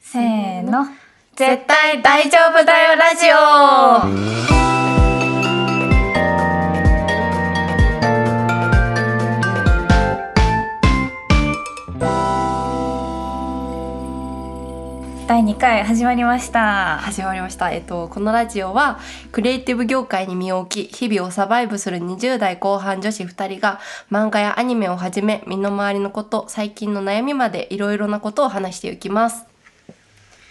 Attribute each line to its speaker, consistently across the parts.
Speaker 1: せーの絶対大丈夫だよラジオ第2回始まりました
Speaker 2: 始まりました。えっとこのラジオはクリエイティブ業界に身を置き、日々をサバイブする20代後半女子2人が漫画やアニメをはじめ、身の回りのこと、最近の悩みまでいろいろなことを話していきます。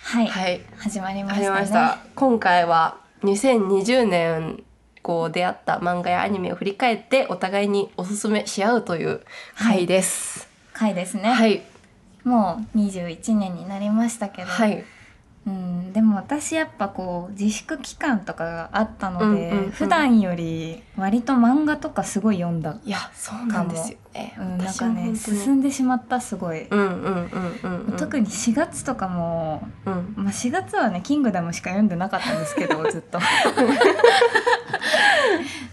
Speaker 1: はい、
Speaker 2: はい、
Speaker 1: 始まりま
Speaker 2: あ
Speaker 1: した
Speaker 2: り
Speaker 1: ね
Speaker 2: ました。今回は2020年こう出会った漫画やアニメを振り返ってお互いにおすすめし合うという回です。
Speaker 1: 回ですね、
Speaker 2: はい、
Speaker 1: もう21年になりましたけど、
Speaker 2: はい、
Speaker 1: うんでも私やっぱこう自粛期間とかがあったので、
Speaker 2: うんうんうん
Speaker 1: 普段より割と漫画とかすごい読んだ、
Speaker 2: いやそうなんですよね。
Speaker 1: うん、なん
Speaker 2: 私
Speaker 1: か
Speaker 2: も
Speaker 1: ね
Speaker 2: 本当に
Speaker 1: 進んでしまったすごい、
Speaker 2: うんうんうんうんうん。
Speaker 1: 特に4月とかも、
Speaker 2: うん
Speaker 1: まあ、4月はね「キングダム」しか読んでなかったんです けどずっと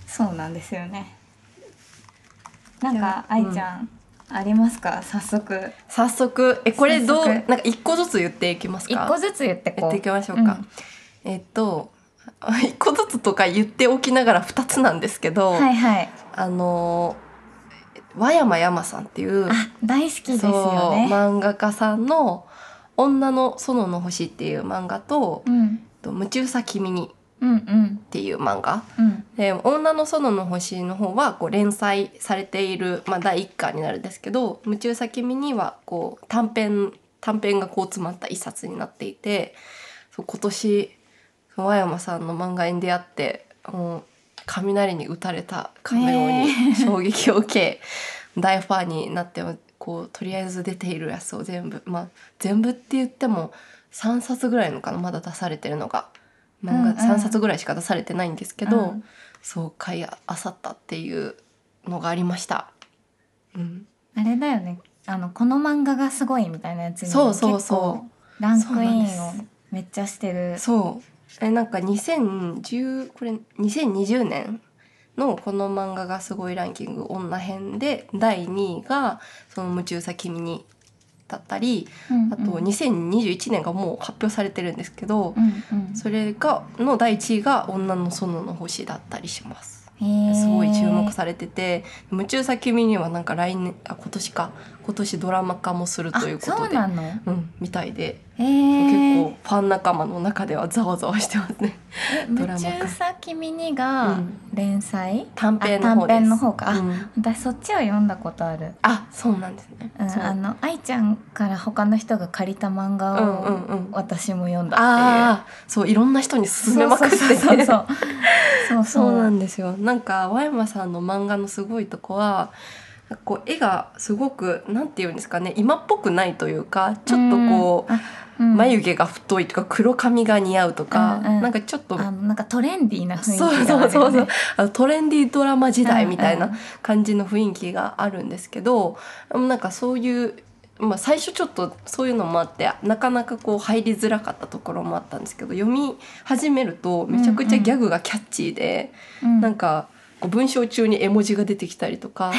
Speaker 1: そうなんですよねなん
Speaker 2: いや
Speaker 1: か愛ちゃん、ありますか早速
Speaker 2: 早速えこれどう
Speaker 1: 早
Speaker 2: なん
Speaker 1: 速
Speaker 2: か一個ずつ言っていきますか。
Speaker 1: 1個ずつ言ってこ
Speaker 2: や
Speaker 1: う
Speaker 2: っていきましょうか。えっと あ一個ずつとか言っておきながら二つなんですけど、
Speaker 1: はいはい
Speaker 2: あの和山山さんっていう
Speaker 1: あ大好きです
Speaker 2: そう
Speaker 1: よね、
Speaker 2: 漫画家さんの「女の園の星」っていう漫画と
Speaker 1: うん
Speaker 2: 「と夢中さ君に」
Speaker 1: うんうん
Speaker 2: っていう漫画
Speaker 1: うん
Speaker 2: で「女の園の星」の方はこう連載されている、まあ、第1巻になるんですけど「夢中さ君に」はこう短編短編がこう詰まった一冊になっていてそう今年和山さんの漫画に出会ってもう雷に打たれたかのよう
Speaker 1: ね
Speaker 2: に 衝撃を受け、大ファンになってこうとりあえず出ているやつを全部、まあ、全部って言っても3冊ぐらいのかなまだ出されてるのが。漫
Speaker 1: うんうん
Speaker 2: 画3冊ぐらいしか出されてないんですけど、
Speaker 1: うん
Speaker 2: そう買いあさったっていうのがありました。うん、
Speaker 1: あれだよねあのこの漫画がすごいみたいなやつに
Speaker 2: そうそうそう
Speaker 1: ランクイン
Speaker 2: そうな
Speaker 1: を
Speaker 2: んで
Speaker 1: めっちゃしてる
Speaker 2: そうえなんか2010これ2020年のこの漫画がすごいランキング女編で第2位がその夢中さ君にだったり、
Speaker 1: うんうん
Speaker 2: あと2021年がもう発表されてるんですけど、
Speaker 1: うんうん
Speaker 2: それがの第1位が女の園の星だったりします。
Speaker 1: へー
Speaker 2: すごい注目されてて「夢中さ君に」はなんか来年あ今年か今年ドラマ化もするというこ
Speaker 1: あそ
Speaker 2: と
Speaker 1: う
Speaker 2: で
Speaker 1: なのへ
Speaker 2: うん、みたいで、結
Speaker 1: え
Speaker 2: 構ファン仲間の中ではざわざわしてますねドラマ
Speaker 1: 夢
Speaker 2: 化
Speaker 1: 中さ君に」が
Speaker 2: うん
Speaker 1: 連載、
Speaker 2: 短編の
Speaker 1: あ
Speaker 2: 方
Speaker 1: 短
Speaker 2: です
Speaker 1: 編の方か、
Speaker 2: うん
Speaker 1: 私そっちを読んだことある、
Speaker 2: あそうなんですね、
Speaker 1: うん、
Speaker 2: そう
Speaker 1: あの愛ちゃんから他の人が借りた漫
Speaker 2: う
Speaker 1: 画
Speaker 2: んうん
Speaker 1: を
Speaker 2: うん
Speaker 1: 私も読んだっ
Speaker 2: ああそういろんな人に
Speaker 1: ていう、
Speaker 2: 勧めまくってて
Speaker 1: そ うそうそうそうそう
Speaker 2: そうなんんですよなんか和山さんの漫画のすごいとこはこう絵がすごくなんていうんですかね今っぽくないというかちょっとこう、
Speaker 1: うんあうん
Speaker 2: 眉毛が太いとか黒髪が似合うとか、
Speaker 1: うんうん
Speaker 2: なんかちょっと
Speaker 1: あのなんかトレンディーな雰囲気が
Speaker 2: そ
Speaker 1: ある
Speaker 2: う
Speaker 1: よね
Speaker 2: そうそうそうあのトレンディードラマ時代みたい
Speaker 1: うん
Speaker 2: な
Speaker 1: う
Speaker 2: ん感じの雰囲気があるんですけど、なんかそういう、まあ、最初ちょっとそういうのもあってなかなかこう入りづらかったところもあったんですけど読み始めるとめちゃくちゃギャグがキャッチーで、
Speaker 1: うん
Speaker 2: なんかこう文章中に絵文字が出てきたりと か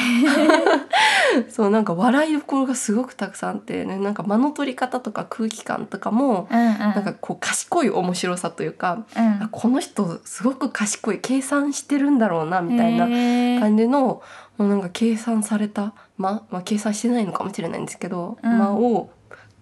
Speaker 2: そうなんか笑いどころがすごくたくさんあって、ね、なんか間の取り方とか空気感とかも
Speaker 1: うんうん、
Speaker 2: なんかこう賢い面白さというか。
Speaker 1: うん
Speaker 2: あこの人すごく賢い計算してるんだろうなみたいな
Speaker 1: へー
Speaker 2: 感じのもうなんか計算された間、まあ、計算してないのかもしれないんですけど、
Speaker 1: うん
Speaker 2: 間を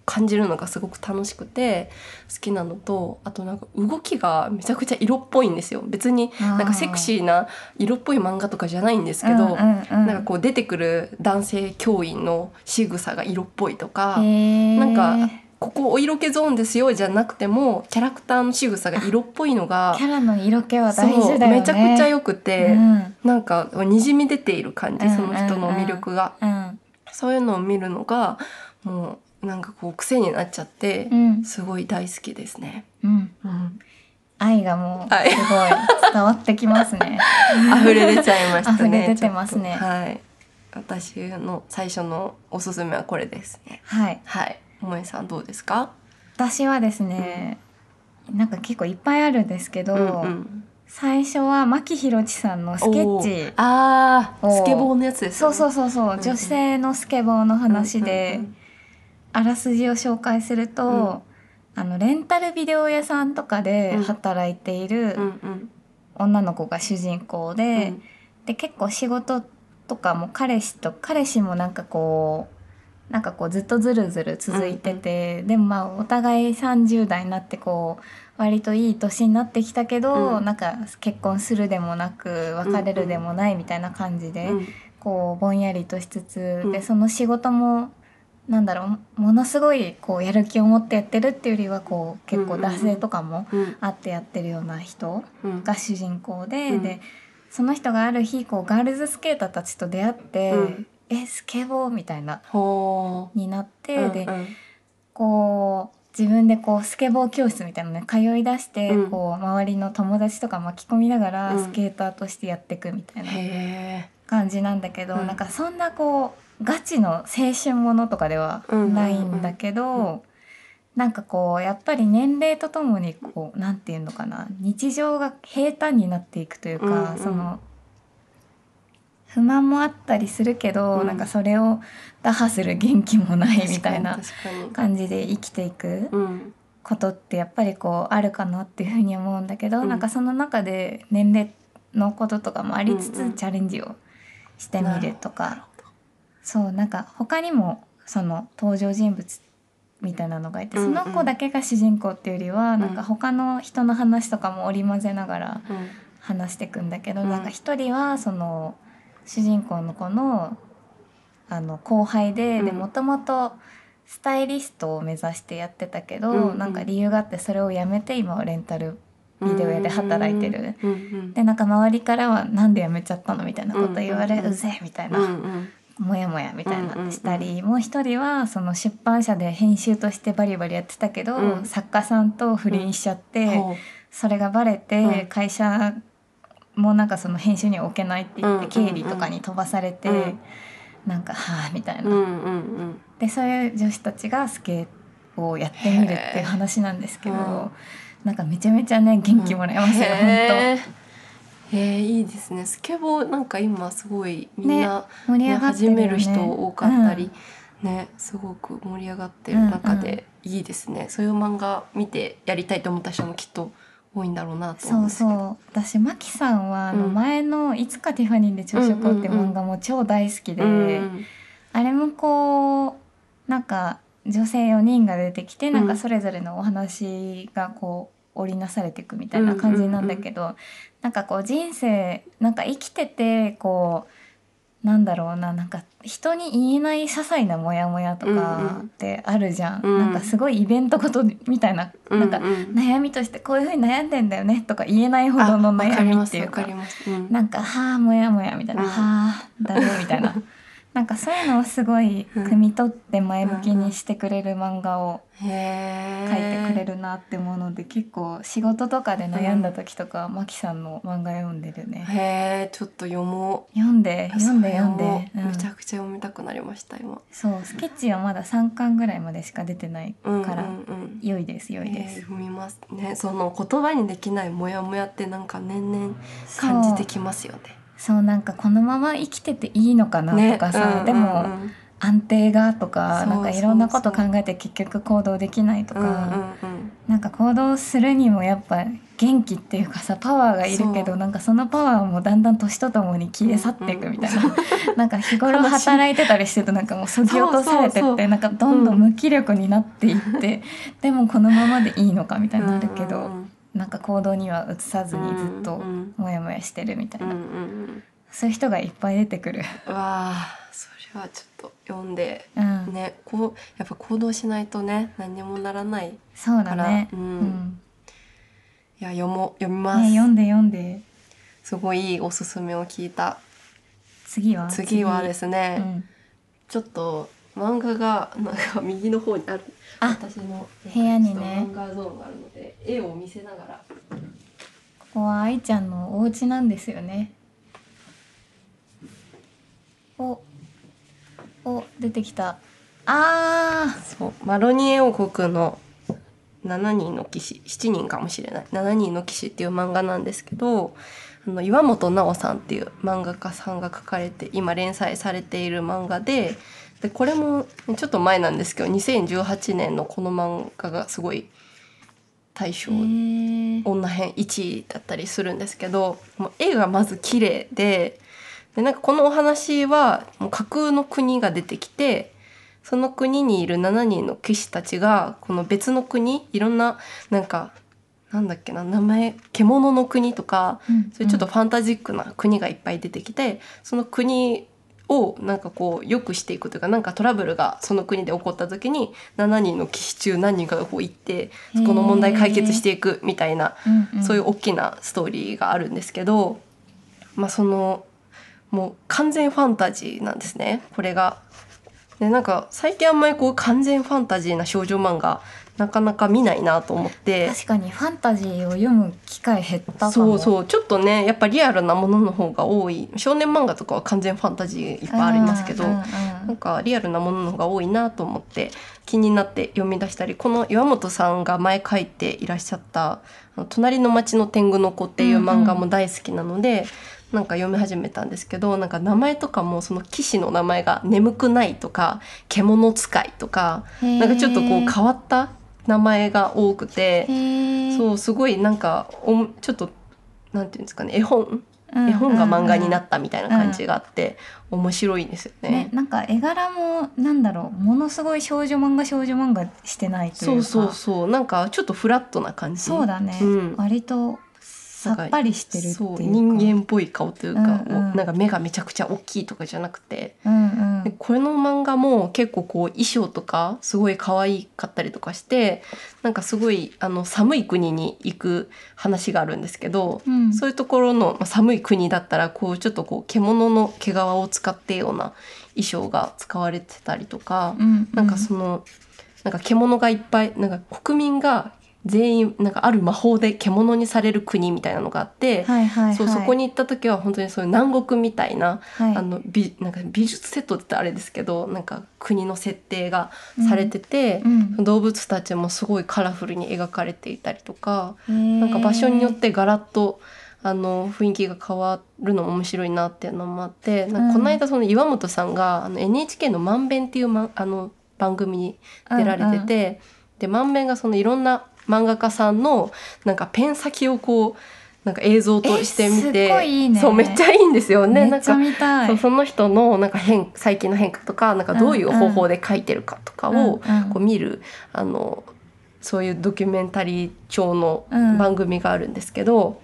Speaker 2: 感じるのがすごく楽しくて好きなのとあとなんか動きがめちゃくちゃ色っぽいんですよ別になんかセクシーな色っぽい漫画とかじゃないんですけど、
Speaker 1: うんうんうん、
Speaker 2: なんかこう出てくる男性教員の仕草が色っぽいとか。
Speaker 1: へー
Speaker 2: なんかここお色気ゾーンですよじゃなくてもキャラクターの仕草が色っぽいのが
Speaker 1: キャラの色気は大
Speaker 2: そ
Speaker 1: 事
Speaker 2: う
Speaker 1: だよね
Speaker 2: めちゃくちゃ良く
Speaker 1: う
Speaker 2: て、
Speaker 1: ん
Speaker 2: なんかにじみ出ている感じ
Speaker 1: うん
Speaker 2: その人の魅力が、
Speaker 1: うん
Speaker 2: そういうのを見るのがもうなんかこう癖になっちゃって、
Speaker 1: うん
Speaker 2: すごい大好きですね。
Speaker 1: うん、
Speaker 2: うん、
Speaker 1: 愛がもうすご
Speaker 2: はい
Speaker 1: い伝わってきます ね
Speaker 2: 溢れ出ちゃいましたね。
Speaker 1: 溢れ出てますね
Speaker 2: ちょっとはい。私の最初のおすすめはこれですね。
Speaker 1: はい
Speaker 2: はい。萌えさんどうですか？
Speaker 1: 私はですね、なんか結構いっぱいあるんですけど、
Speaker 2: うんうん。
Speaker 1: 最初は牧博ちさんのスケッチ
Speaker 2: おーああ、
Speaker 1: おー
Speaker 2: スケボーのやつです、
Speaker 1: そうそううそうそう、
Speaker 2: ん
Speaker 1: 女性のスケボーの話で、
Speaker 2: うんうんうん
Speaker 1: あらすじを紹介すると、
Speaker 2: うん
Speaker 1: あのレンタルビデオ屋さんとかで
Speaker 2: うん
Speaker 1: 働いている
Speaker 2: うんうん
Speaker 1: 女の子が主人公
Speaker 2: う
Speaker 1: で、
Speaker 2: ん
Speaker 1: で結構仕事とかも彼氏と彼氏もなんかこうなんかこうずっとずるずる続いてて、でもまあお互い30代になってこう割といい年になってきたけど、
Speaker 2: うん
Speaker 1: なんか結婚するでもなく別れるでもないみたいな感じで、こうぼんやりとしつつ、
Speaker 2: うん
Speaker 1: でその仕事もなんだろうものすごいこうやる気を持ってやってるっていうよりはこう結構惰性とかも
Speaker 2: うん
Speaker 1: あってやってるような人。
Speaker 2: うん
Speaker 1: が主人公で、
Speaker 2: うん
Speaker 1: でその人がある日こうガールズスケーターたちと出会って、
Speaker 2: うん
Speaker 1: えスケボーみたいな
Speaker 2: ほ
Speaker 1: になって、
Speaker 2: ーうん
Speaker 1: で
Speaker 2: うん
Speaker 1: こう自分でこうスケボー教室みたいなのに通い出して、
Speaker 2: うん
Speaker 1: こう周りの友達とか巻き込みながら
Speaker 2: うん
Speaker 1: スケーターとしてやっていくみたいな
Speaker 2: へ
Speaker 1: 感じなんだけど、
Speaker 2: うん
Speaker 1: なんかそんなこうガチの青春ものとかではないんだけど。
Speaker 2: うんうんうんう
Speaker 1: なんかこうやっぱり年齢とともにこうなんていうのかな日常が平坦になっていくというか、
Speaker 2: うんうん
Speaker 1: その不満もあったりするけど、
Speaker 2: うん
Speaker 1: なんかそれを打破する元気もな
Speaker 2: え
Speaker 1: いみたいな
Speaker 2: 確かに確か
Speaker 1: 感じで生きていく
Speaker 2: にうん
Speaker 1: ことってやっぱりこうあるかなっていうふうに思うんだけど、
Speaker 2: うん
Speaker 1: なんかその中で年齢のこととかもありつつ、
Speaker 2: うんうん
Speaker 1: チャレンジをしてみると
Speaker 2: なる
Speaker 1: かそうなんか他にもその登場人物みたいなのがいて、
Speaker 2: うんうん
Speaker 1: その子だけが主人公っていうよりは、
Speaker 2: ん
Speaker 1: なんか他の人の話とかも織り交ぜながら
Speaker 2: うん
Speaker 1: 話していくんだけど、
Speaker 2: うん
Speaker 1: なんか一人はその主人公の子のあの後輩で、
Speaker 2: うん
Speaker 1: でもともとスタイリストを目指してやってたけど、
Speaker 2: うんうん
Speaker 1: なんか理由があってそれをやめて今はレンタルビデオ屋で働いてる。
Speaker 2: うんうん
Speaker 1: でなんか周りからは「なんで辞めちゃったの?」みたいなこと言われ「う
Speaker 2: うんうんうん
Speaker 1: ぜ」みたいな、
Speaker 2: うんうん
Speaker 1: モヤモヤみたいなしたり、もう一人はその出版社で編集としてバリバリやってたけど、
Speaker 2: うん
Speaker 1: 作家さんと不倫しちゃって。
Speaker 2: ほう
Speaker 1: それがバレて、
Speaker 2: うん
Speaker 1: 会社もなんかその編集には置けないって言って、
Speaker 2: うんうんうん
Speaker 1: 経理とかに飛ばされて、
Speaker 2: うん
Speaker 1: なんかはあみたいな、
Speaker 2: うんうんうん
Speaker 1: でそういう女子たちがスケをやってみるっていう話なんですけど、
Speaker 2: へーうん
Speaker 1: なんかめちゃめちゃね元気もらえますよ、
Speaker 2: へーへーいいですねスケボーなんか今すごいみんな、
Speaker 1: 本当盛り
Speaker 2: ね
Speaker 1: 上がって
Speaker 2: 始
Speaker 1: るよね
Speaker 2: める人多かったり、ねすごく盛り上がってる中
Speaker 1: うん
Speaker 2: で、いいですねそういう漫画見てやりたいと思った人もきっと多いんだろうなと思
Speaker 1: そううん
Speaker 2: ですけど
Speaker 1: そう私マキさんはあの
Speaker 2: うん
Speaker 1: 前の「いつかティファニーで朝食を」って漫画も超大好きで、
Speaker 2: うんうん
Speaker 1: あれもこうなんか女性4人が出てきてなん
Speaker 2: う
Speaker 1: か
Speaker 2: ん
Speaker 1: それぞれのお話がこう織りなされていくみたいな感じなんだけど、なんかこう人生なんか生きててこうなんだろうななんか人に言えない些細なモヤモヤと
Speaker 2: うん
Speaker 1: か
Speaker 2: うん
Speaker 1: ってあるじゃん、
Speaker 2: うん
Speaker 1: なんかすごいイベントごとみたいな、なんか
Speaker 2: うう
Speaker 1: 悩みとしてこういうふうに悩んでんだよねとか言えないほどの悩みっていう
Speaker 2: わか
Speaker 1: か
Speaker 2: りますわかります、うん
Speaker 1: なんか「はあもやもや」みたいな「
Speaker 2: うん
Speaker 1: はあだね」みた いななんかそういうのをすごい
Speaker 2: うん
Speaker 1: 汲み取って前向きにしてくれる漫画を
Speaker 2: へ
Speaker 1: 書いてくれ
Speaker 2: る
Speaker 1: るなって思うので結構仕事とかで悩んだ時とかマキさんの漫画読んでるね。
Speaker 2: へえちょっと読もう
Speaker 1: 読んで読んで
Speaker 2: それ
Speaker 1: 読ん
Speaker 2: を
Speaker 1: で、うん
Speaker 2: めちゃくちゃ読みたくなりました今
Speaker 1: そうスケッチはまだ3巻ぐらいまでしか出てないか
Speaker 2: うん
Speaker 1: ら、
Speaker 2: うんうん
Speaker 1: 良いです良いで
Speaker 2: えー
Speaker 1: す、
Speaker 2: 読みますねその言葉にできないモヤモヤってなんか年々感じてきますよね。
Speaker 1: そうなんかこのまま生きてていいのかな
Speaker 2: ね
Speaker 1: とかさ、でも、安定がとか
Speaker 2: そう
Speaker 1: なんかいろんなこと
Speaker 2: そう
Speaker 1: 考
Speaker 2: そう
Speaker 1: えて結局行動できないと
Speaker 2: う
Speaker 1: か、
Speaker 2: んうんうん
Speaker 1: なんか行動するにもやっぱ元気っていうかさパワーがいるけ
Speaker 2: そ
Speaker 1: ど
Speaker 2: う
Speaker 1: なんかそのパワーもだんだん年とともに消え去っていくみたいな、 なんか日頃働いてたりしてるとなんかもうそぎ落とされてって
Speaker 2: そうそうそう
Speaker 1: なんかどんどん無気力になって いって、でもこのままでいいのかみたいになるけど、
Speaker 2: うんうん
Speaker 1: なんか行動には移さずにずっ
Speaker 2: う
Speaker 1: と
Speaker 2: ん
Speaker 1: モヤモヤしてるみたい
Speaker 2: うんう
Speaker 1: な、
Speaker 2: んうん
Speaker 1: そういう人がいっぱい出てくる。
Speaker 2: うんわあそれはちょっと読んで
Speaker 1: うん、
Speaker 2: ねこうやっぱ行動しないとね何にもならない
Speaker 1: そう
Speaker 2: か
Speaker 1: だ
Speaker 2: ら、
Speaker 1: ね。
Speaker 2: う
Speaker 1: うんん
Speaker 2: いや読もう読みます、
Speaker 1: ね、読んで読んで
Speaker 2: すごいいいおすすめを聞いた
Speaker 1: 次は
Speaker 2: 次はですね、
Speaker 1: うん、
Speaker 2: ちょっと漫画がなんか右の方にある
Speaker 1: あ
Speaker 2: 私の
Speaker 1: 部屋にね
Speaker 2: ちょっと漫画ゾーンがあるので絵を見せながら
Speaker 1: ここは愛ちゃんのお家なんですよねおお出てきたあ
Speaker 2: そうマロニエ王国の7人の騎士7人かもしれない7人の騎士っていう漫画なんですけどあの岩本直さんっていう漫画家さんが書かれて今連載されている漫画ででこれもちょっと前なんですけど2018年のこの漫画がすごい大賞、
Speaker 1: ー
Speaker 2: 女編1位だったりするんですけどもう絵がまず綺麗ででなんかこのお話はもう架空の国が出てきてその国にいる7人の騎士たちがこの別の国いろんななんかなんだっけな名前獣の国とか
Speaker 1: うん
Speaker 2: そういうちょっとファンタジックな国がいっぱい出てきて、その国をなんかこう良くしていくというかなんかトラブルがその国で起こった時に7人の騎士中何人かがこう行ってそこの問題解決していくみたいな、
Speaker 1: うんうん
Speaker 2: そういう大きなストーリーがあるんですけど、まあそのもう完全ファンタジーなんですねこれが。でなんか最近あんまりこう完全ファンタジーな少女漫画なかなか見ないなと思って。
Speaker 1: 確かにファンタジーを読む機会減ったかも
Speaker 2: そうそうちょっとねやっぱリアルなものの方が多い少年漫画とかは完全ファンタジーいっぱいありますけど、
Speaker 1: うんうん
Speaker 2: なんかリアルなものの方が多いなと思って気になって読み出したりこの岩本さんが前書いていらっしゃった「あの隣の町の天狗の子」っていう漫画も大好きなので、なんか読み始めたんですけどなんか名前とかもその騎士の名前が「眠くない」とか「獣使い」とか
Speaker 1: うん
Speaker 2: なんかちょっとこう変わった名前が多くて。そううすごいなんかおもちょっとなんていうんですかね絵本
Speaker 1: ん
Speaker 2: 絵本が漫画にな
Speaker 1: うん
Speaker 2: ったみたいな感じがあって、面白いんですよ
Speaker 1: うんね
Speaker 2: ね。
Speaker 1: なんか絵柄もなんだろうものすごい少女漫画少女漫画してないとい
Speaker 2: そうう
Speaker 1: か
Speaker 2: そうそうなんかちょっとフラットな感じ
Speaker 1: そうだね、
Speaker 2: うん
Speaker 1: 割とさっぱりしてるっていうか
Speaker 2: そう人間っぽい顔というか、
Speaker 1: うんうん
Speaker 2: おなんか目がめちゃくちゃ大きいとかじゃなくて、
Speaker 1: うんう
Speaker 2: で
Speaker 1: ん
Speaker 2: これの漫画も結構こう衣装とかすごい可愛かったりとかしてなんかすごいあの寒い国に行く話があるんですけど、
Speaker 1: うん
Speaker 2: そういうところのまあ寒い国だったらこうちょっとこう獣の毛皮を使ってような衣装が使われてたりとか、
Speaker 1: うん
Speaker 2: なんかそのなんか獣がいっぱいなんか国民が全員なんかある魔法で獣にされる国みたいなのがあって、
Speaker 1: はいはいはい
Speaker 2: そうそこに行った時は本当にそういう南国みたいな,、
Speaker 1: はい
Speaker 2: あの美なんか美術セットって言ったらあれですけどなんか国の設定がされてて
Speaker 1: う、ん
Speaker 2: 動物たちもすごいカラフルに描かれていたりとか。
Speaker 1: な
Speaker 2: なんか場所によってガラッとあの雰囲気が変わるのも面白いなっていうのもあってなんかこの間その岩本さんがあの NHK の「まんべん」っていう、ま、あの番組に出られてて、でまんべんがそのいろんな漫画家さんのなんかペン先をこうなんか映像としてみ
Speaker 1: え
Speaker 2: て
Speaker 1: すっごいいいね
Speaker 2: そうめっちゃいいんですよ
Speaker 1: うん
Speaker 2: ね。
Speaker 1: め
Speaker 2: な
Speaker 1: っ
Speaker 2: ん
Speaker 1: ちゃ
Speaker 2: か
Speaker 1: 見たい
Speaker 2: そうその人のなんか変最近の変化とかなんかどういう方法で描いてるかとかを、
Speaker 1: うんうん
Speaker 2: こう見るあのそういうドキュメンタリー調の
Speaker 1: うん
Speaker 2: 番組があるんですけど、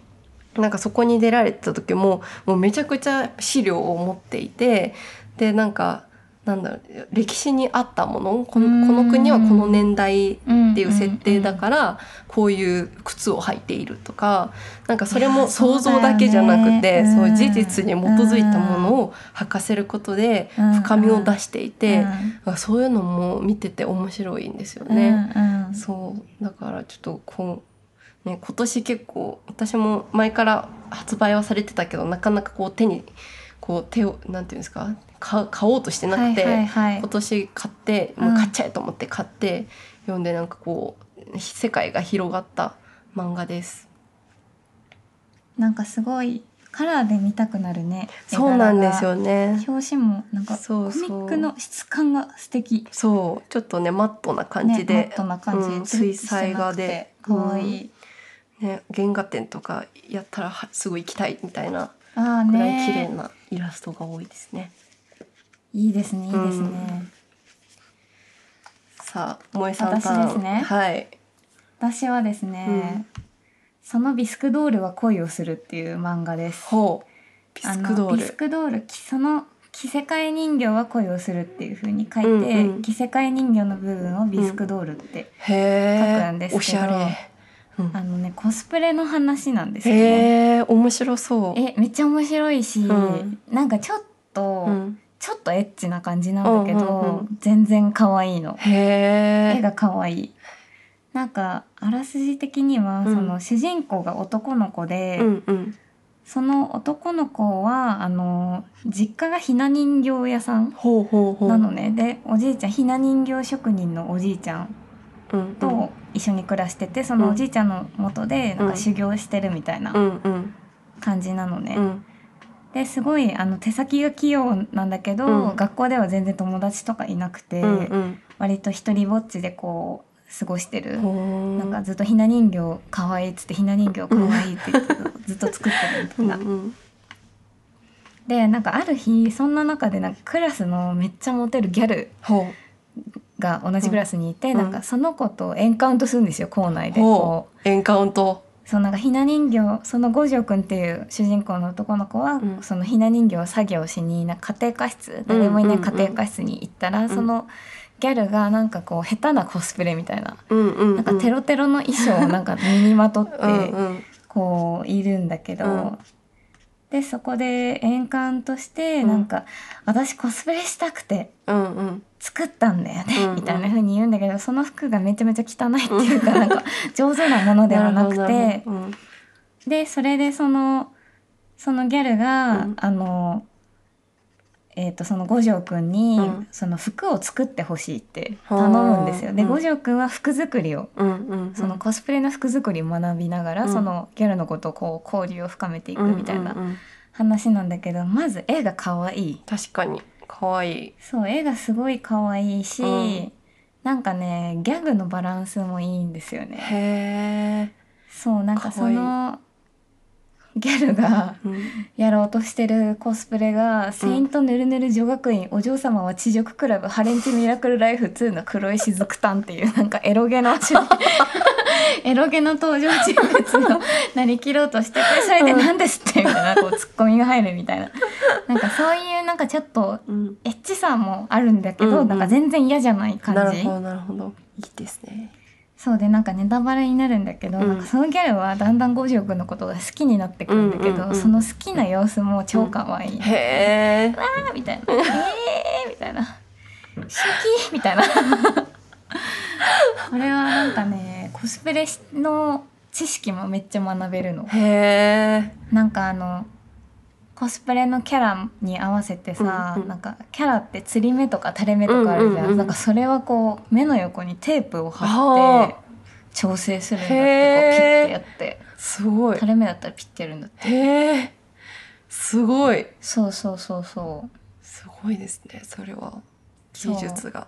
Speaker 2: なんかそこに出られてた時ももうめちゃくちゃ資料を持っていてでなんかなんだろう歴史に合ったものこ
Speaker 1: うん
Speaker 2: のこの国はこの年代っていう設定だ
Speaker 1: ら
Speaker 2: からこういう靴を履いているとかなんかそれ
Speaker 1: いや
Speaker 2: も想像だけじゃなくて
Speaker 1: そう
Speaker 2: そ
Speaker 1: だよね
Speaker 2: う事実に基づいたものを履かせることで
Speaker 1: うん
Speaker 2: 深みを出していて
Speaker 1: うん
Speaker 2: そういうのも見てて面白いんですよ
Speaker 1: うん
Speaker 2: ね。
Speaker 1: うん
Speaker 2: そうだからちょっとこう、ね、今年結構私も前から発売はされてたけどなかなかこう手にこう手をなんていうんですかか買おうとしてなくて。
Speaker 1: はいはいはい
Speaker 2: 今年買ってもう買っちゃえと思って買って、読んでなんかこう世界が広がった漫画です。
Speaker 1: なんかすごいカラーで見たくなるね
Speaker 2: そうなんです
Speaker 1: 絵
Speaker 2: よね。
Speaker 1: 柄が表紙もなんかコ
Speaker 2: そう
Speaker 1: ミ
Speaker 2: そう
Speaker 1: ックの質感が素敵
Speaker 2: そうちょっとねマットな感
Speaker 1: ね
Speaker 2: じ
Speaker 1: マ
Speaker 2: で
Speaker 1: ッ、トな感じ、
Speaker 2: うん
Speaker 1: ツルッとしてなくて
Speaker 2: 水彩画で
Speaker 1: 可愛い、
Speaker 2: ね、原画展とかやったらはすぐ行きたいみたいな
Speaker 1: ああ
Speaker 2: ぐらい綺麗
Speaker 1: ね
Speaker 2: なイラストが多いですね。
Speaker 1: いいですねいいですね、
Speaker 2: さあ萌えさんターン
Speaker 1: 私ですね
Speaker 2: はい。
Speaker 1: 私はですね、
Speaker 2: うん
Speaker 1: そのビスクドールは恋をするっていう漫画です
Speaker 2: ほうビスクド
Speaker 1: あの
Speaker 2: ー
Speaker 1: ビス
Speaker 2: ル。
Speaker 1: クドールきその着せ替え人形は恋をするっていう風に書いて、
Speaker 2: うんうん
Speaker 1: 着せ替え人形の部分をビスクドールって、
Speaker 2: へ
Speaker 1: 書くんで
Speaker 2: え
Speaker 1: すけ。ど
Speaker 2: おしゃれ。うん
Speaker 1: あのねコスプレの話なんですよね。
Speaker 2: へえ面白そう。
Speaker 1: えめっちゃ面白いし、
Speaker 2: うん
Speaker 1: なんかちょっと、
Speaker 2: うん、
Speaker 1: ちょっとエッチな感じなんだけど、
Speaker 2: うんうんう
Speaker 1: 全然可愛いの。
Speaker 2: へえ。
Speaker 1: 絵が可愛い。なんかあらすじ的には、
Speaker 2: うん
Speaker 1: その主人公が男の子で、
Speaker 2: うんうん。
Speaker 1: その男の子はあの実家がひな人形屋さん
Speaker 2: ほうほうほう。
Speaker 1: なのね、でおじいちゃんひな人形職人のおじいちゃん
Speaker 2: うんうん
Speaker 1: と一緒に暮らしてて、そのおじいちゃんの元でなんか修行してるみたいな
Speaker 2: うんうん
Speaker 1: 感じなのね。
Speaker 2: うん
Speaker 1: ですごいあの手先が器用なんだけど、
Speaker 2: うん
Speaker 1: 学校では全然友達とかいなくて、
Speaker 2: うん
Speaker 1: 割と一人ぼっちでこう過ごしてる、
Speaker 2: うん、
Speaker 1: なんかずっとひな人形かわいいっつってひな人形かわいいって言ってたのずっと作ってるみた
Speaker 2: う
Speaker 1: い
Speaker 2: ん
Speaker 1: な。
Speaker 2: うん
Speaker 1: でなんかある日そんな中でなんかクラスのめっちゃモテるギャル
Speaker 2: ほ
Speaker 1: が同じクラスにいて、
Speaker 2: うん
Speaker 1: なんかその子とエンカウントするんですよ校内
Speaker 2: う
Speaker 1: でこ
Speaker 2: ほうエンカウント
Speaker 1: うそうなんかひな人形その五条くんっていう主人公の男の子は、
Speaker 2: うん
Speaker 1: そのひな人形を作業しになんか家庭科室
Speaker 2: うん
Speaker 1: 誰もいな
Speaker 2: う
Speaker 1: い
Speaker 2: ん
Speaker 1: 家庭科室に行ったら、
Speaker 2: ん
Speaker 1: そのギャルがなんかこう下手なコスプレみたいな。
Speaker 2: うんうん
Speaker 1: なんかテロテロの衣装をなんか身にまとって
Speaker 2: うんうん
Speaker 1: こういるんだけど、
Speaker 2: うん
Speaker 1: でそこで円環として
Speaker 2: うん
Speaker 1: なんか、私コスプレしたくて
Speaker 2: うんうん
Speaker 1: 作ったんだよね、
Speaker 2: うんうん
Speaker 1: みたいな風に言うんだけどその服がめちゃめちゃ汚いっていう かなんか上手なものではなく
Speaker 2: るほどる
Speaker 1: て
Speaker 2: ほどうん
Speaker 1: でそれでそのそのギャルが、
Speaker 2: うん
Speaker 1: あの。えー、とその五条くんに、
Speaker 2: うん
Speaker 1: その服を作ってほしいって
Speaker 2: ほう
Speaker 1: 頼むんですよ。で
Speaker 2: うん
Speaker 1: 五条くんは服作りを
Speaker 2: うんうんうん
Speaker 1: そのコスプレの服作りを学びながら、
Speaker 2: うん
Speaker 1: そのギャルのことをこう交流を深めていくみたい
Speaker 2: うんう
Speaker 1: なん
Speaker 2: うん
Speaker 1: 話なんだけど、まず絵が可愛い
Speaker 2: 確かに可愛い
Speaker 1: そう絵がすごい可愛いし、
Speaker 2: うん
Speaker 1: なんかねギャグのバランスもいいんですよね
Speaker 2: へえ、
Speaker 1: そうなんかそのギャルが
Speaker 2: うん、
Speaker 1: やろうとしてるコスプレが「セイントヌルヌル女学院お嬢様は地獄クラブハレンチミラクルライフ2の黒い雫炭」っていうなんかエロゲの エロゲの登場人物のなりきろうとしててそれで何ですってみたいなこうツッコミが入るみたいななんかそういうなんかちょっと
Speaker 2: うん、
Speaker 1: エッチさもあるんだけど、
Speaker 2: うんうん
Speaker 1: なんか全然嫌じゃない
Speaker 2: な
Speaker 1: 感
Speaker 2: る
Speaker 1: じ
Speaker 2: ほどなるほどいいですね
Speaker 1: そうでなんかネタバレになるんだけど、
Speaker 2: うん
Speaker 1: なんかそのギャルはだんだん五条くんのことが好きになってくるんだけど、
Speaker 2: うんうんうん
Speaker 1: その好きな様子も超可愛い、
Speaker 2: へえ
Speaker 1: あーみた いな「えー」みたいな「シャキー」みたいな これはなんかねコスプレの知識もめっちゃ学べるの
Speaker 2: へえ
Speaker 1: なんかあのコスプレのキャラに合わせてさ、
Speaker 2: うんうん
Speaker 1: なんかキャラって釣り目とか垂れ目とかある
Speaker 2: うん
Speaker 1: じゃん,、
Speaker 2: うんうん
Speaker 1: なんかそれはこう目の横にテープを貼っ
Speaker 2: は
Speaker 1: て調整するんだってこうピ
Speaker 2: へー
Speaker 1: ッてやって
Speaker 2: すごい
Speaker 1: 垂れ目だったらピッてやるんだって
Speaker 2: へえすごい
Speaker 1: そうそうそうそう
Speaker 2: すごいですねそれは
Speaker 1: そう
Speaker 2: 技術が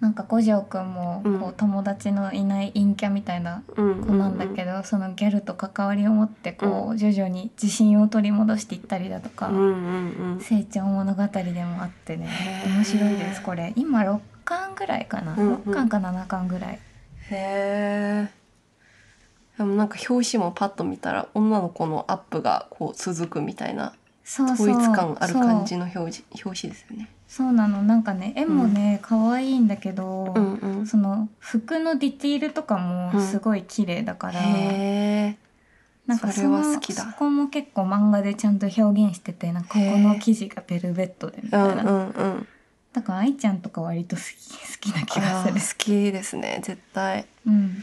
Speaker 1: なんか五条くんもこう、
Speaker 2: うん
Speaker 1: 友達のいない陰キャみたいな
Speaker 2: うん
Speaker 1: 子なんだけど、そのギャルと関わりを持ってこう、徐々に自信を取り戻していったりだとか、
Speaker 2: うんうん
Speaker 1: 成長物語でもあってね
Speaker 2: へー
Speaker 1: 面白いですこれ今6巻ぐらいかな、
Speaker 2: うんうん
Speaker 1: 6巻か7巻ぐ
Speaker 2: う
Speaker 1: らい
Speaker 2: んへえでもなんか表紙もパッと見たら女の子のアップがこう続くみたいな
Speaker 1: そうそう
Speaker 2: 統一感ある感じの表示表紙ですよね
Speaker 1: そうそうなのなんかね絵もね可愛、いいんだけど、
Speaker 2: うんうん
Speaker 1: その服のディティールとかもすごい綺麗だから、
Speaker 2: へえ
Speaker 1: なんかそ
Speaker 2: それ
Speaker 1: の
Speaker 2: は好きだ
Speaker 1: そこも結構漫画でちゃんと表現しててなんかここの生地がベルベットでみ
Speaker 2: うん
Speaker 1: たいな、
Speaker 2: うんうん
Speaker 1: だから愛ちゃんとか割と好き好 きな気が
Speaker 2: あ
Speaker 1: する
Speaker 2: ー好きですね絶対
Speaker 1: うん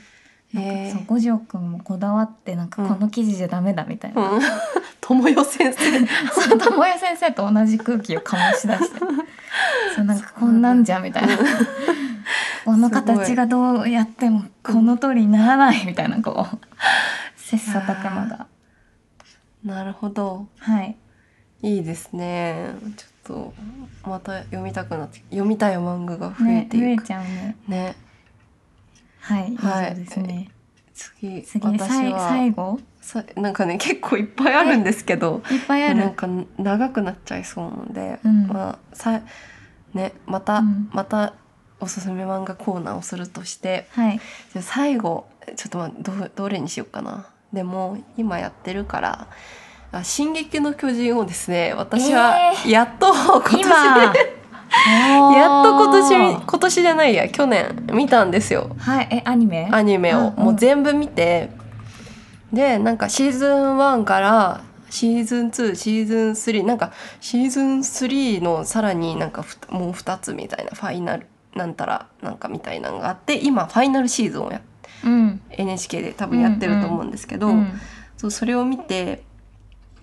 Speaker 1: なん
Speaker 2: へ
Speaker 1: かそう
Speaker 2: え
Speaker 1: 五条くんもこだわってなんかこの生地じゃダメだみたいな、
Speaker 2: うん 友よ先生
Speaker 1: そう友也先生と同じ空気を醸し出してそうなんかこんなんじゃみたいなこの形がどうやってもこの通りにならないみたいなこう切磋琢磨が
Speaker 2: なるほど
Speaker 1: はい
Speaker 2: いいですねちょっとまた読みたくなって読みたい漫画が増えていく
Speaker 1: ね
Speaker 2: ね
Speaker 1: えちゃんねはい以
Speaker 2: はい
Speaker 1: 上ですね、
Speaker 2: 次
Speaker 1: 次
Speaker 2: 私
Speaker 1: さい
Speaker 2: は
Speaker 1: 最後
Speaker 2: さなんかね結構いっぱいあるんですけど
Speaker 1: いっぱいある
Speaker 2: なんか長くなっちゃいそうなので、
Speaker 1: うん
Speaker 2: まあさねまた、
Speaker 1: うん
Speaker 2: またおすすめ漫画コーナーをするとして
Speaker 1: はい
Speaker 2: じゃあ最後ちょっとまあどうどれにしようかなでも今やってるから「あ進撃の巨人」をですね私は
Speaker 1: え
Speaker 2: やっと今年、やっと
Speaker 1: 今
Speaker 2: 今年
Speaker 1: おー
Speaker 2: 今年じゃないや去年見たんですよ
Speaker 1: はいえアニメ
Speaker 2: アニメを
Speaker 1: うん
Speaker 2: もう全部見てでなんかシーズン1からシーズン2シーズン3なんかシーズン3のさらになんかふたもう2つみたいなファイナルなんたらなんかみたいなのがあって今ファイナルシーズンをや
Speaker 1: うん、
Speaker 2: NHK で多分やってると思うんですけど、
Speaker 1: うん
Speaker 2: そうそれを見て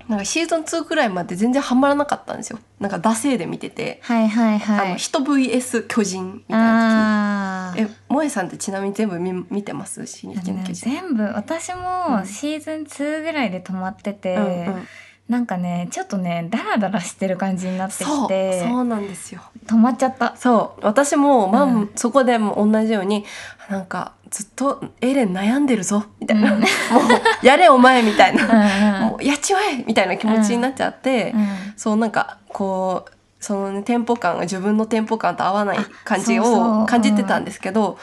Speaker 2: なんかシーズン2くらいまで全然ハマらなかったんですよなんか惰性で見てて、
Speaker 1: はいはい
Speaker 2: あ
Speaker 1: は
Speaker 2: の
Speaker 1: い
Speaker 2: 人 VS 巨人みたいな時
Speaker 1: あー
Speaker 2: え、萌えさんってちなみに全部見見てます進撃の巨人。
Speaker 1: 全部私
Speaker 2: う
Speaker 1: も
Speaker 2: ん
Speaker 1: シーズン2ぐらいで止まってて、
Speaker 2: うんうん
Speaker 1: なんかねちょっとねダラダラしてる感じになって
Speaker 2: そ
Speaker 1: き
Speaker 2: う
Speaker 1: て
Speaker 2: そうなんですよ
Speaker 1: 止まっちゃった
Speaker 2: そう私も、まあ
Speaker 1: うん
Speaker 2: そこでも同じようになんかずっとエレン悩んでるぞみたいな、
Speaker 1: うん
Speaker 2: もうやれお前みたいな、
Speaker 1: うん
Speaker 2: もうやっちまえみたいな気持ちになっちゃって、
Speaker 1: うん
Speaker 2: そうなんかこうその、ね、テンポ感が自分のテンポ感と合わない
Speaker 1: あ
Speaker 2: 感じ
Speaker 1: そうそうう
Speaker 2: を
Speaker 1: ん
Speaker 2: 感じてたんですけど、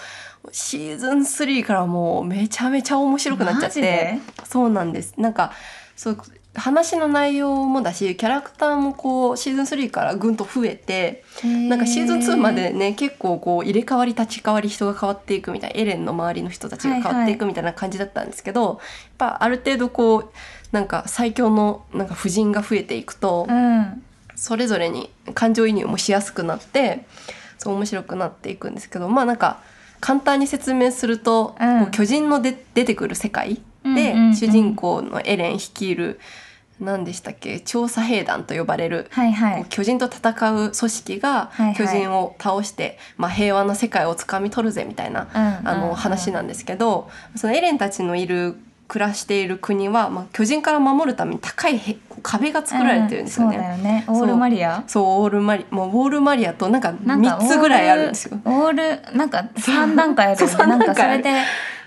Speaker 2: シーズン3からもうめちゃめちゃ面白くなっちゃっ
Speaker 1: マジ
Speaker 2: て
Speaker 1: で
Speaker 2: そうなんですなんかそう話の内容もだしキャラクターもこうシーズン3からぐんと増えてなんかシーズン2までね結構こう入れ替わり立ち替わり人が変わっていくみたいなエレンの周りの人たちが変わっていくみたいな感じだったんですけど、やっぱある程度こうなんか最強のなんか婦人が増えていくと、
Speaker 1: うん
Speaker 2: それぞれに感情移入もしやすくなってそう面白くなっていくんですけどまあなんか簡単に説明すると、
Speaker 1: うん
Speaker 2: こう巨人ので出てくる世界で、
Speaker 1: うんうんうん
Speaker 2: 主人公のエレン率いる何でしたっけ調査兵団と呼ばれる
Speaker 1: はいは
Speaker 2: こう
Speaker 1: い
Speaker 2: 巨人と戦う組織が
Speaker 1: はいはい
Speaker 2: 巨人を倒して、まあ、平和な世界をつかみ取るぜみたいな
Speaker 1: うん
Speaker 2: あ
Speaker 1: うんう
Speaker 2: の
Speaker 1: ん
Speaker 2: 話なんですけど、そのエレンたちのいる暮らしている国は、まあ、巨人から守るために高いへ壁が作られてるんですよね。
Speaker 1: うんそうだよねオールマリア
Speaker 2: そうオールマリもうウォールマリアとなんか
Speaker 1: なんか
Speaker 2: 3つぐらいあるんですよ。
Speaker 1: オールなんか三段階あるよねなん
Speaker 2: 三
Speaker 1: かそ
Speaker 2: 段階あ
Speaker 1: れ
Speaker 2: る
Speaker 1: で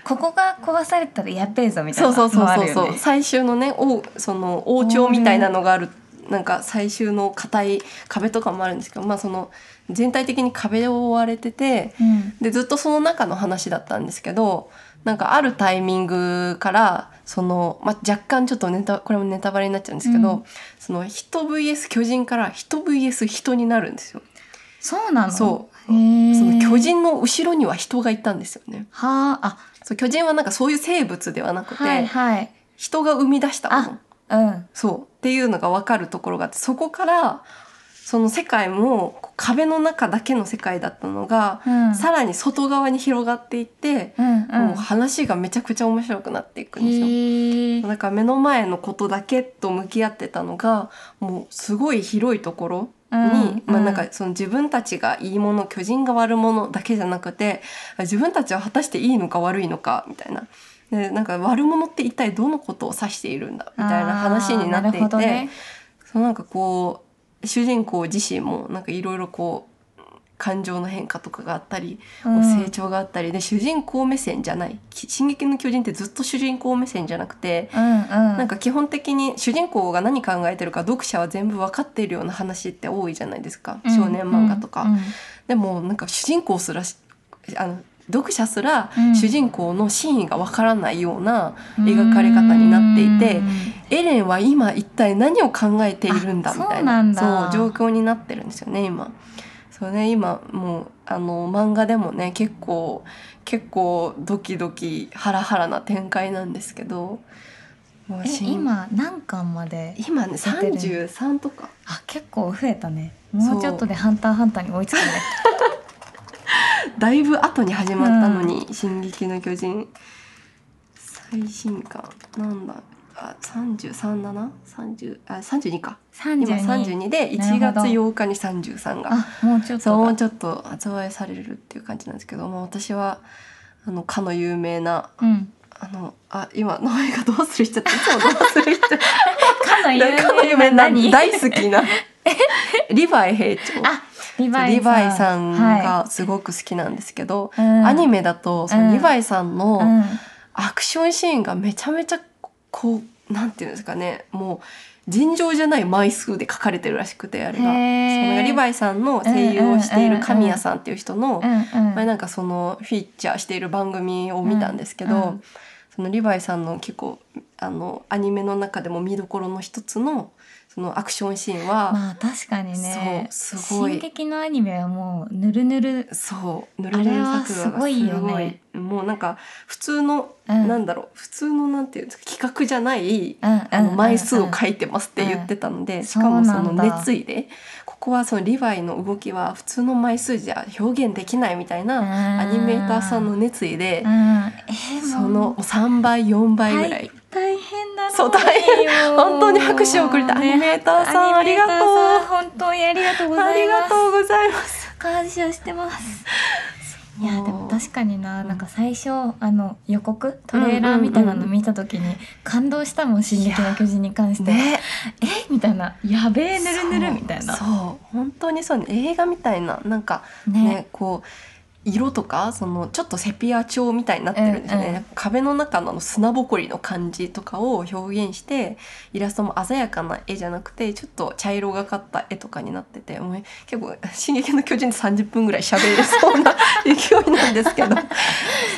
Speaker 1: ここが壊されたらやっべえぞみたい
Speaker 2: そ
Speaker 1: な
Speaker 2: うそうそ
Speaker 1: の
Speaker 2: う
Speaker 1: もあ
Speaker 2: そう
Speaker 1: る
Speaker 2: そ
Speaker 1: よ
Speaker 2: う、
Speaker 1: ね
Speaker 2: 最終のね王その王朝みたいなのがあるなんか最終の硬い壁とかもあるんですけどまあその全体的に壁を覆われてて
Speaker 1: うん
Speaker 2: でずっとその中の話だったんですけどなんかあるタイミングからその、まあ、若干ちょっとネタこれもネタバレになっちゃうんですけど、
Speaker 1: うん
Speaker 2: その人 VS 巨人から人 VS 人になるんですよ。
Speaker 1: そうなの
Speaker 2: そう
Speaker 1: へー
Speaker 2: その巨人の後ろには人がいたんですよね。
Speaker 1: はああ
Speaker 2: そう巨人はなんかそういう生物ではなくて、
Speaker 1: はいはい
Speaker 2: 人が生み出したもの
Speaker 1: あうん
Speaker 2: そうっていうのが分かるところがあってそこからその世界もこう壁の中だけの世界だったのが、
Speaker 1: うん
Speaker 2: さらに外側に広がっていって、
Speaker 1: うんうん
Speaker 2: もう話がめちゃくちゃ面白くなっていくんですよ。
Speaker 1: へえ
Speaker 2: だから目の前のことだけと向き合ってたのがもうすごい広いところに、まあ、なんかその自分たちがいいもの巨人が悪者だけじゃなくて自分たちは果たしていいのか悪いのかみたいな。でなんか悪者って一体どのことを指しているんだみたいな話になってい
Speaker 1: あーるほ
Speaker 2: て、
Speaker 1: どね
Speaker 2: そのなんかこう主人公自身もなんかいろいろこう感情の変化とかがあったり、
Speaker 1: うん
Speaker 2: 成長があったりで主人公目線じゃない「き進撃の巨人」ってずっと主人公目線じゃなくて、
Speaker 1: うんうん
Speaker 2: なんか基本的に主人公が何考えてるか読者は全部分かっているような話って多いじゃないですか、
Speaker 1: うん
Speaker 2: 少年漫画とか、
Speaker 1: うん
Speaker 2: でもなんか主人公すらしあの読者すら
Speaker 1: うん
Speaker 2: 主人公の真意が分からないような、描かれ方になっていてエレンは今一体何を考えているんだ
Speaker 1: あ
Speaker 2: みた
Speaker 1: そ
Speaker 2: いう
Speaker 1: なん
Speaker 2: な
Speaker 1: だ
Speaker 2: そう状況になってるんですよね今。そうね今もうあの漫画でもね結構結構ドキドキハラハラな展開なんですけど。もう
Speaker 1: え
Speaker 2: 新
Speaker 1: 今何巻まで
Speaker 2: 今ね
Speaker 1: 出てる
Speaker 2: 33とか
Speaker 1: あ結構増えたね
Speaker 2: そ
Speaker 1: も
Speaker 2: う
Speaker 1: うちょっとで「ハンターハンター」に追いつくね
Speaker 2: だいぶ後に始まったのに「進撃の巨人」最新刊なんだあ3 3 7 3あ32か今
Speaker 1: 32
Speaker 2: 32で
Speaker 1: なる
Speaker 2: 1
Speaker 1: ほど
Speaker 2: 月8日に33が
Speaker 1: あもうちょっ
Speaker 2: そうもう
Speaker 1: とだ
Speaker 2: ちょっと発売されるっていう感じなんですけども私はあのかの有名な
Speaker 1: うん
Speaker 2: あのあ今名前がどうする人っていつもどうする人
Speaker 1: かの
Speaker 2: かの有
Speaker 1: 有
Speaker 2: 名な
Speaker 1: 名な何
Speaker 2: 大好きなリヴァイ兵長
Speaker 1: あリヴ
Speaker 2: そう
Speaker 1: ァイ
Speaker 2: リヴァイさん
Speaker 1: は
Speaker 2: がすごく好きなんですけど、
Speaker 1: いうん
Speaker 2: アニメだとその
Speaker 1: うん
Speaker 2: リヴァイさん
Speaker 1: う
Speaker 2: の
Speaker 1: ん
Speaker 2: アクションシーンがめちゃめちゃこうなんていうんですかねもう尋常じゃない枚数で書かれてるらしくてあれが。そ
Speaker 1: へー
Speaker 2: のリヴァイさんの声優をしている神谷さんっていう人の
Speaker 1: うんうん
Speaker 2: 前なんかそのフィーチャーしている番組を見たんですけど、
Speaker 1: うんうん
Speaker 2: そのリヴァイさんの結構あのアニメの中でも見どころの一つのそのアクションシーンは、
Speaker 1: まあ確かにね
Speaker 2: そうすごい
Speaker 1: 進撃のアニメはもうぬるぬる
Speaker 2: そう、ぬるぬる
Speaker 1: あれは
Speaker 2: 桜が
Speaker 1: すごいよね
Speaker 2: すごいもうなんか普通の、
Speaker 1: うん
Speaker 2: なんだろう普通のなんていうんですか企画じゃない、
Speaker 1: うんうん
Speaker 2: あの枚数を
Speaker 1: うん
Speaker 2: 書いてますって言ってたので、しか
Speaker 1: そ
Speaker 2: も
Speaker 1: う
Speaker 2: そ
Speaker 1: なんだ
Speaker 2: の熱意でここはそのリヴァイの動きは普通の枚数じゃ表現できないみたいな、アニメーターさんの熱意で
Speaker 1: う、んえー
Speaker 2: そ
Speaker 1: も
Speaker 2: の
Speaker 1: う
Speaker 2: 3倍4倍ぐらい、
Speaker 1: 大大変だ
Speaker 2: そう大
Speaker 1: 変
Speaker 2: 本当に拍手を送りたいアニメーターさんありがとう
Speaker 1: 本当にありがとうご
Speaker 2: あ
Speaker 1: ざ
Speaker 2: り
Speaker 1: い
Speaker 2: が
Speaker 1: ます
Speaker 2: とうございます。
Speaker 1: 感謝してますいやでも確かに
Speaker 2: う
Speaker 1: な、
Speaker 2: ん
Speaker 1: なんか最初あの予告トレーラーみたいなの見た時に感動したもん「進撃の巨人」に関して、
Speaker 2: ね
Speaker 1: えみたいな「やべえぬるぬる」みたいな
Speaker 2: そうそう本当にそうね映画みたいななんかね
Speaker 1: ね
Speaker 2: こう色とかそのちょっとセピア調みたいになってるんですよね、
Speaker 1: うんうん
Speaker 2: 壁の中のあの砂ぼこりの感じとかを表現してイラストも鮮やかな絵じゃなくてちょっと茶色がかった絵とかになっててもう結構「進撃の巨人」で30分ぐらい喋れそうな勢いなんですけ ど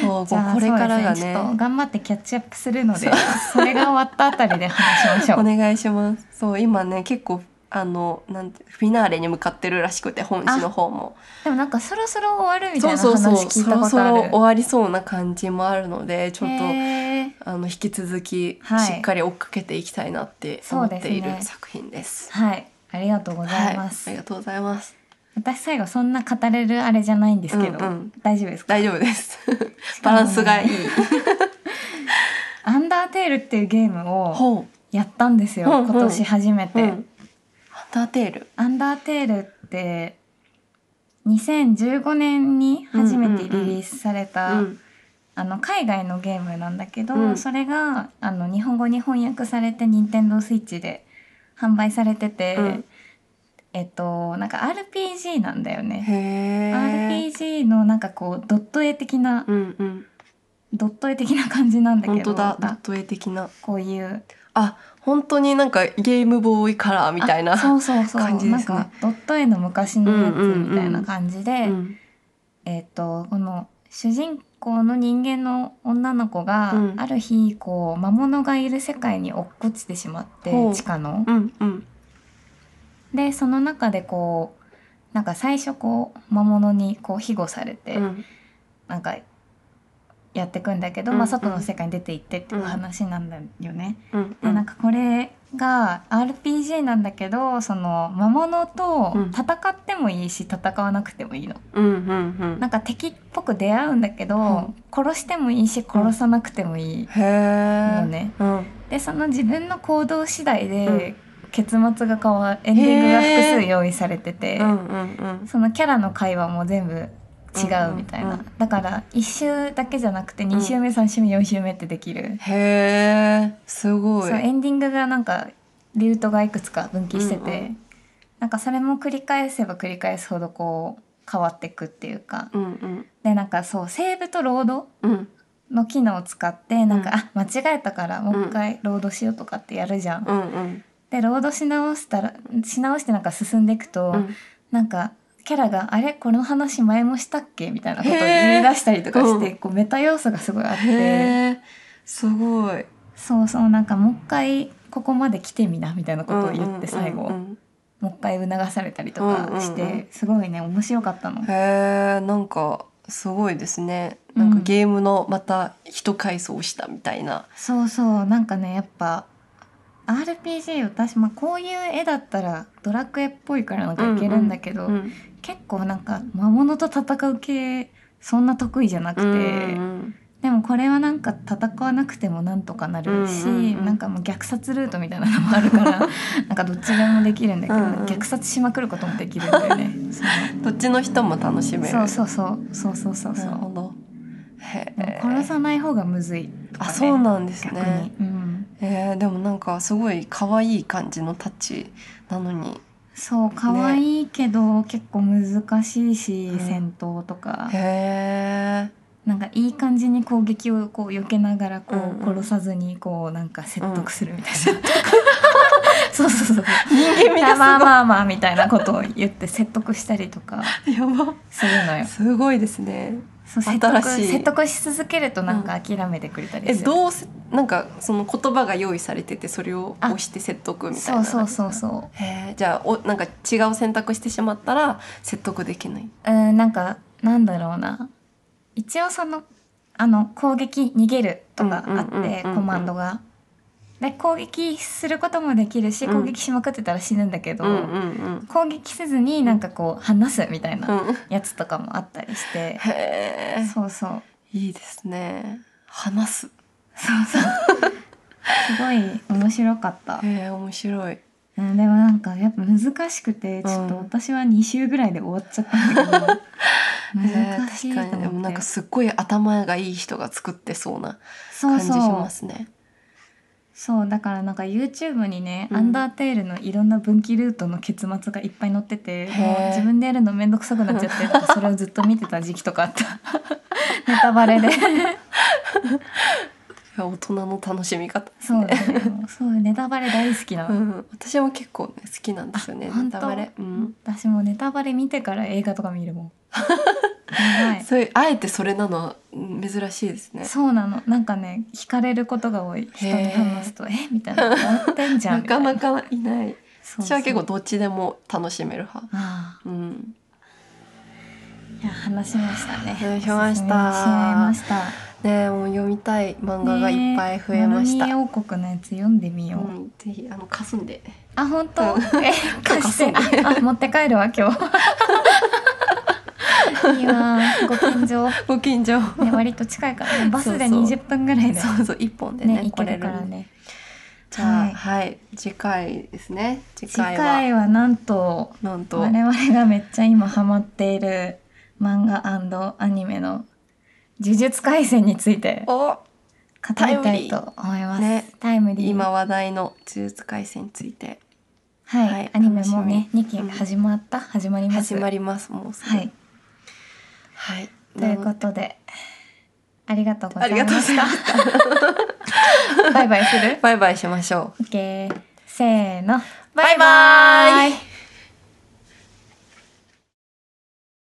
Speaker 2: そう
Speaker 1: じゃあ
Speaker 2: これから
Speaker 1: そ
Speaker 2: が
Speaker 1: うですねちょっ
Speaker 2: ね
Speaker 1: と頑張ってキャッチアップするのでそれが終わったあたりで話し ましょ
Speaker 2: お
Speaker 1: う。
Speaker 2: 願いしますそう今ね結構あのなんてフィナーレに向かってるらしくて本誌の方も。
Speaker 1: でもなんかそろそろ終わるみた
Speaker 2: そ
Speaker 1: いう
Speaker 2: そう
Speaker 1: な
Speaker 2: そう
Speaker 1: 話聞いたことあ
Speaker 2: そろそろ
Speaker 1: る。
Speaker 2: 終わりそうな感じもあるのでちょっと
Speaker 1: へー
Speaker 2: あの引き続き
Speaker 1: はい
Speaker 2: しっかり追っかけていきたいなって
Speaker 1: そ
Speaker 2: 思
Speaker 1: う
Speaker 2: っ
Speaker 1: です
Speaker 2: て
Speaker 1: ね
Speaker 2: いる作品です。
Speaker 1: はいありがとうございます。
Speaker 2: ありがとうございます。
Speaker 1: 私最後そんな語れるあれじゃないんですけど、
Speaker 2: うんうん
Speaker 1: 大丈夫ですか
Speaker 2: 大丈夫 です。バランスがいい。
Speaker 1: アンダーテールっていうゲームを
Speaker 2: ほ
Speaker 1: やったんですよ、
Speaker 2: うんうん
Speaker 1: 今年初め
Speaker 2: う。う
Speaker 1: て、
Speaker 2: ん。アンダーテール。
Speaker 1: アンダーテールって2015年に初めてリリースされ
Speaker 2: う
Speaker 1: た、
Speaker 2: ん。
Speaker 1: あの海外のゲームなんだけど、
Speaker 2: うん
Speaker 1: それがあの日本語に翻訳されて任天堂スイッチで販売されてて、
Speaker 2: うん
Speaker 1: えっとなんか RPG なんだよね。
Speaker 2: へー。
Speaker 1: RPG のなんかこうドット絵的な、
Speaker 2: うんうん。
Speaker 1: ドット絵的な感じなんだけ
Speaker 2: 本
Speaker 1: ど
Speaker 2: 当だ。ド
Speaker 1: な
Speaker 2: ット絵的な。
Speaker 1: こういう
Speaker 2: あ、本当になんかゲームボーイカラーみたいな。
Speaker 1: あそうそうそう
Speaker 2: 感じですね
Speaker 1: なんかドット絵の昔のやつみたいな感じで、
Speaker 2: うん。
Speaker 1: えっ、とこの主人公の人間の女の子が、
Speaker 2: うん
Speaker 1: ある日こう魔物がいる世界に落っこちてしまって
Speaker 2: ほう
Speaker 1: 地下の。
Speaker 2: うんうん。
Speaker 1: でその中でこうなんか最初こう魔物にこう庇護されて、
Speaker 2: うん
Speaker 1: なんかやってくんだけど、
Speaker 2: うん
Speaker 1: ま
Speaker 2: う
Speaker 1: あ、
Speaker 2: ん
Speaker 1: 外の世界に出ていってっていう話なんだよね。
Speaker 2: うん
Speaker 1: でなんかこれが RPG なんだけどその魔物と
Speaker 2: うん
Speaker 1: 戦ってもいいし戦わなくてもいいの、
Speaker 2: うんうんうん。
Speaker 1: なんか敵っぽく出会うんだけど、
Speaker 2: うん
Speaker 1: 殺してもいいし殺さなくてもいい
Speaker 2: へー。
Speaker 1: のね、
Speaker 2: うん。
Speaker 1: でその自分の行動次第
Speaker 2: うん
Speaker 1: で結末が変わるエンディングが複数用意されてて、
Speaker 2: うんうんうん。
Speaker 1: そのキャラの会話も全部違うみたいな、
Speaker 2: うんうんうん
Speaker 1: だから1周だけじゃなくて2周目3周目4周目ってできる、
Speaker 2: へえ、すごい。
Speaker 1: そうエンディングがなんかルートがいくつか分岐してて、
Speaker 2: うんう
Speaker 1: なんかそれも繰り返せば繰り返すほどこう変わってくっていうか
Speaker 2: うんうん
Speaker 1: でなんかそうセーブとロード
Speaker 2: うん
Speaker 1: の機能を使ってなんか、
Speaker 2: うん
Speaker 1: あ間違えたからもう一回ロードしようとかってやるじゃん。
Speaker 2: うんうん
Speaker 1: でロードし直したらし直してなんか進んでいくと、
Speaker 2: うん
Speaker 1: なんかキャラが「あれこの話前もしたっけ?」みたいなことを言い出したりとかして、
Speaker 2: へー
Speaker 1: こうメタ要素がすごいあって
Speaker 2: へえ、すごい。
Speaker 1: そうそうなんかもう一回ここまで来てみなみたいなことを言って最後。
Speaker 2: うんうん
Speaker 1: もう一回促されたりとかして、
Speaker 2: うんうんうん
Speaker 1: すごいね面白かったの
Speaker 2: うん。へえ、なんかすごいですね。なん
Speaker 1: う
Speaker 2: か
Speaker 1: ん
Speaker 2: ゲームのまた一回想したみたいな。
Speaker 1: そうそうなんかねやっぱ RPG 私、まあ、こういう絵だったらドラクエっぽいからなんかいけるんだけど、
Speaker 2: うん
Speaker 1: 結構なんか魔物と戦う系そんな得意じゃなくて、
Speaker 2: うん
Speaker 1: でもこれはなんか戦わなくてもなんとかなるし、
Speaker 2: うんうんうん
Speaker 1: なんかもう虐殺ルートみたいなのもあ るからなんかどっちでもできるんだけど、
Speaker 2: うんうん
Speaker 1: 虐殺しまくることもできるんだ よね。そ
Speaker 2: どっちの人も楽しめる。
Speaker 1: のそうそうそうそうそうそうそ
Speaker 2: なる
Speaker 1: う
Speaker 2: ほど。へ
Speaker 1: でも
Speaker 2: え。
Speaker 1: 殺さない方がむずいとかね、
Speaker 2: あ、そうなんです
Speaker 1: 逆
Speaker 2: ね
Speaker 1: に。、うん、
Speaker 2: えー、でもなんかすごい可愛い感じのタッチなのに
Speaker 1: そう可愛いけど、結構難しいし、
Speaker 2: うん
Speaker 1: 戦闘とか
Speaker 2: へえ
Speaker 1: なんかいい感じに攻撃をこう避けながら
Speaker 2: う
Speaker 1: こ
Speaker 2: ん
Speaker 1: う
Speaker 2: うん
Speaker 1: 殺さずにこうなんか説得するみたいな、 そうそう そう人
Speaker 2: 間味がすごい
Speaker 1: まあまあまあみたいなことを言って説得したりとか
Speaker 2: やば
Speaker 1: するのよ
Speaker 2: すごいですね
Speaker 1: そう説得
Speaker 2: 新しい
Speaker 1: 説得し続けるとなんか諦めてくれたり
Speaker 2: え
Speaker 1: する、
Speaker 2: どうせなんかその言葉が用意されててそれを押して説得みたい
Speaker 1: そ
Speaker 2: な
Speaker 1: うそうそうそう
Speaker 2: へえじゃあおなんか違う選択してしまったら説得できない
Speaker 1: うん、なんかなんだろうな一応そのあの攻撃逃げるとかあ
Speaker 2: うんうんうんうん
Speaker 1: っ
Speaker 2: う
Speaker 1: て
Speaker 2: ん
Speaker 1: コマンドが。で攻撃することもできるし
Speaker 2: うん
Speaker 1: 攻撃しまくってたら死ぬんだけど、
Speaker 2: うんうん
Speaker 1: 攻撃せずになんかこう話すみたい
Speaker 2: うん
Speaker 1: な
Speaker 2: うん
Speaker 1: やつとかもあったりして、
Speaker 2: へえ
Speaker 1: そうそう
Speaker 2: いいですね話す
Speaker 1: そうそうすごい面白かった、
Speaker 2: へえ面白い
Speaker 1: うん、でもなんかやっぱ難しくてちょっと
Speaker 2: うん
Speaker 1: 私は2週ぐらいで終わっちゃったんだけど、難しいと
Speaker 2: 確
Speaker 1: 思って
Speaker 2: かにでもなんかすっごい頭がいい人が作ってそうな
Speaker 1: そ
Speaker 2: 感
Speaker 1: う
Speaker 2: じし
Speaker 1: そ
Speaker 2: ま
Speaker 1: う
Speaker 2: すね。
Speaker 1: そうだからなんか YouTube にね、
Speaker 2: うん
Speaker 1: アンダーテールのいろんな分岐ルートの結末がいっぱい載って
Speaker 2: へ
Speaker 1: て
Speaker 2: ー
Speaker 1: もう自分でやるの面倒くさくなっちゃってな んかそれをずっと見てた時期とかあったネタバ レで
Speaker 2: いや大人の楽しみ方です
Speaker 1: そう
Speaker 2: ね。
Speaker 1: だねもうそうネタバレ大好きなの、
Speaker 2: うん、私も結構ね好きなんですよね
Speaker 1: あ本
Speaker 2: ネ
Speaker 1: 当
Speaker 2: タバレ、うん、
Speaker 1: 私もネタバレ見てから映画とか見るも んやばい
Speaker 2: そういうあえてそれなのはうん珍しいですね
Speaker 1: そうなのなんかね惹かれることが多い人に話すと「えみたいな「終わってんじゃん」
Speaker 2: な
Speaker 1: みた
Speaker 2: か
Speaker 1: いな
Speaker 2: なかいない
Speaker 1: そうそ
Speaker 2: 私は
Speaker 1: う
Speaker 2: 結構どっちでも楽しめる派
Speaker 1: あ
Speaker 2: うん
Speaker 1: あいや話しましたね
Speaker 2: 話しました
Speaker 1: おすすめしました
Speaker 2: ねえもう読みたい漫画がいっぱい増えました、
Speaker 1: ねえマロニー王国のやつ読んでみ
Speaker 2: う
Speaker 1: よう、
Speaker 2: ん、ぜひあのかすんで
Speaker 1: あ本当
Speaker 2: うん
Speaker 1: え貸して
Speaker 2: 貸す
Speaker 1: ああ持って帰るわ今 日いいわご近所、ね、
Speaker 2: ご近所
Speaker 1: 割と近いから、ね、バスで
Speaker 2: そうそう
Speaker 1: 20分ぐらいで
Speaker 2: そうそう一本でね
Speaker 1: ね行
Speaker 2: 来
Speaker 1: け
Speaker 2: れ
Speaker 1: るから
Speaker 2: るんで
Speaker 1: ね
Speaker 2: じゃあ
Speaker 1: は
Speaker 2: はいい、次回ですね次
Speaker 1: 次
Speaker 2: 回は
Speaker 1: 回はなんと
Speaker 2: なんと
Speaker 1: 我々がめっちゃ今ハマっている漫画アニメの呪術廻戦について語
Speaker 2: お
Speaker 1: りたいと思います。
Speaker 2: ね
Speaker 1: タイムリー。
Speaker 2: 今話題の呪術廻戦について
Speaker 1: はい、
Speaker 2: はい
Speaker 1: アニメもね2期
Speaker 2: うん
Speaker 1: 始まった、始まります。
Speaker 2: 始まりますもうすぐ
Speaker 1: はい。
Speaker 2: はい
Speaker 1: ということでありがとうござ
Speaker 2: あ
Speaker 1: い
Speaker 2: りがとう
Speaker 1: ま
Speaker 2: ござ
Speaker 1: し
Speaker 2: いま
Speaker 1: た。
Speaker 2: す。
Speaker 1: バイバイする
Speaker 2: バイバイしましょう。
Speaker 1: ？OK。せーの。
Speaker 2: バイバイ